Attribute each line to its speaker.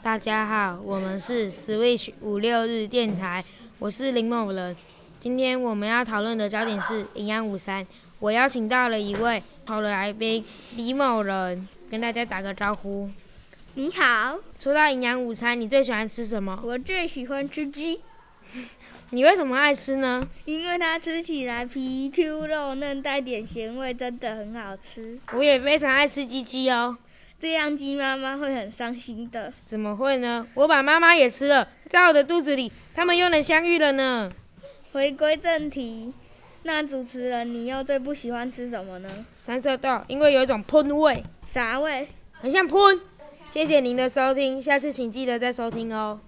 Speaker 1: 大家好，我们是 Switch 五六日电台，我是林某人。今天我们要讨论的焦点是营养午餐，我邀请到了一位好的来宾李某人，跟大家打个招呼。
Speaker 2: 你好，
Speaker 1: 说到营养午餐，你最喜欢吃什么？
Speaker 2: 我最喜欢吃鸡，
Speaker 1: 你为什么爱吃呢？
Speaker 2: 因为它吃起来皮 Q 肉嫩，带点咸味，真的很好吃。
Speaker 1: 我也非常爱吃鸡鸡哦。
Speaker 2: 这样鸡妈妈会很伤心的。
Speaker 1: 怎么会呢？我把妈妈也吃了，在我的肚子里，他们又能相遇了呢。
Speaker 2: 回归正题，那主持人你又最不喜欢吃什么呢？
Speaker 1: 三色豆，因为有一种喷味，
Speaker 2: 啥味？
Speaker 1: 很像喷。谢谢您的收听，下次请记得再收听哦。